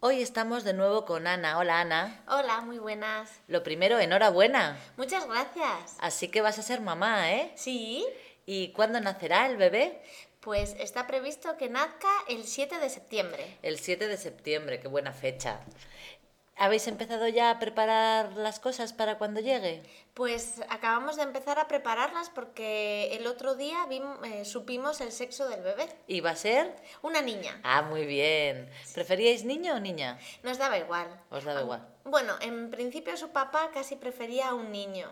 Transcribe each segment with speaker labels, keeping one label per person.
Speaker 1: Hoy estamos de nuevo con Ana. Hola Ana.
Speaker 2: Hola, muy buenas.
Speaker 1: Lo primero, enhorabuena.
Speaker 2: Muchas gracias.
Speaker 1: Así que vas a ser mamá, ¿eh?
Speaker 2: ¿Sí?
Speaker 1: ¿Y cuándo nacerá el bebé?
Speaker 2: Pues está previsto que nazca el 7 de septiembre.
Speaker 1: El 7 de septiembre, qué buena fecha. ¿Habéis empezado ya a preparar las cosas para cuando llegue?
Speaker 2: Pues acabamos de empezar a prepararlas porque el otro día vim- eh, supimos el sexo del bebé.
Speaker 1: ¿Y va a ser?
Speaker 2: Una niña.
Speaker 1: Ah, muy bien. ¿Preferíais niño o niña?
Speaker 2: Nos daba igual.
Speaker 1: Os daba
Speaker 2: Am-
Speaker 1: igual.
Speaker 2: Bueno, en principio su papá casi prefería a un niño,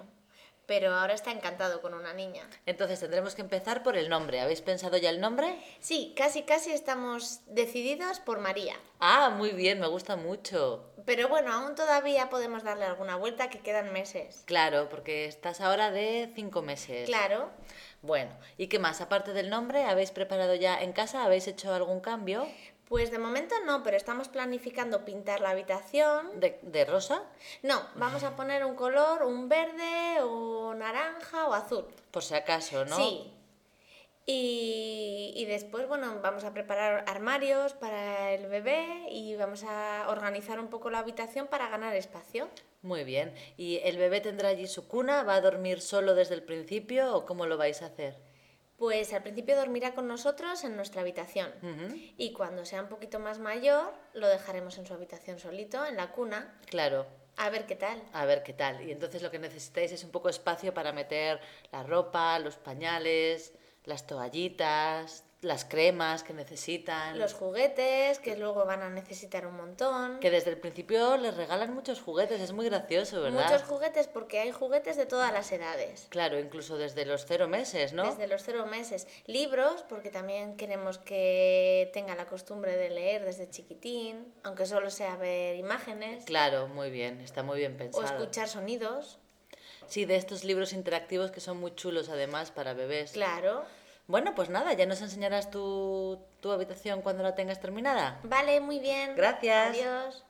Speaker 2: pero ahora está encantado con una niña.
Speaker 1: Entonces tendremos que empezar por el nombre. ¿Habéis pensado ya el nombre?
Speaker 2: Sí, casi casi estamos decididos por María.
Speaker 1: Ah, muy bien, me gusta mucho.
Speaker 2: Pero bueno, aún todavía podemos darle alguna vuelta que quedan meses.
Speaker 1: Claro, porque estás ahora de cinco meses.
Speaker 2: Claro,
Speaker 1: Bueno, ¿y qué más? Aparte del nombre, ¿habéis preparado ya en casa? ¿Habéis hecho algún cambio
Speaker 2: pues de momento no, pero estamos planificando pintar la habitación.
Speaker 1: de, de rosa?
Speaker 2: No, vamos a poner un color, un verde o naranja o azul.
Speaker 1: Por si acaso, ¿no?
Speaker 2: Sí. Y, y después, bueno, vamos a preparar armarios para el bebé y vamos a organizar un poco la habitación para ganar espacio.
Speaker 1: Muy bien. ¿Y el bebé tendrá allí su cuna? ¿Va a dormir solo desde el principio o cómo lo vais a hacer?
Speaker 2: Pues al principio dormirá con nosotros en nuestra habitación.
Speaker 1: Ujú,
Speaker 2: Y cuando sea un poquito más mayor, lo dejaremos en su habitación solito, en la cuna,
Speaker 1: Claro.
Speaker 2: a ver qué tal.
Speaker 1: A ver qué tal. Y entonces lo que necesitáis es un poco espacio para meter la ropa, los pañales, las toallitas, las cremas que necesitan.
Speaker 2: Los juguetes, que luego van a necesitar un montón.
Speaker 1: Que desde el principio les regalan muchos juguetes, es muy gracioso, ¿verdad?
Speaker 2: Muchos juguetes porque hay juguetes de todas las edades.
Speaker 1: Claro, incluso desde los cero meses, ¿no?
Speaker 2: Desde los cero meses. Libros, porque también queremos que tenga la costumbre de leer desde chiquitín, aunque solo sea ver imágenes
Speaker 1: Claro, muy bien, está muy bien
Speaker 2: o
Speaker 1: pensado.
Speaker 2: escuchar sonidos.
Speaker 1: Sí, de estos libros interactivos que son muy chulos además para bebés.
Speaker 2: Claro.
Speaker 1: Bueno, pues nada, ya nos enseñarás tu, tu habitación cuando la tengas terminada.
Speaker 2: Vale, muy bien.
Speaker 1: Gracias.
Speaker 2: Adiós.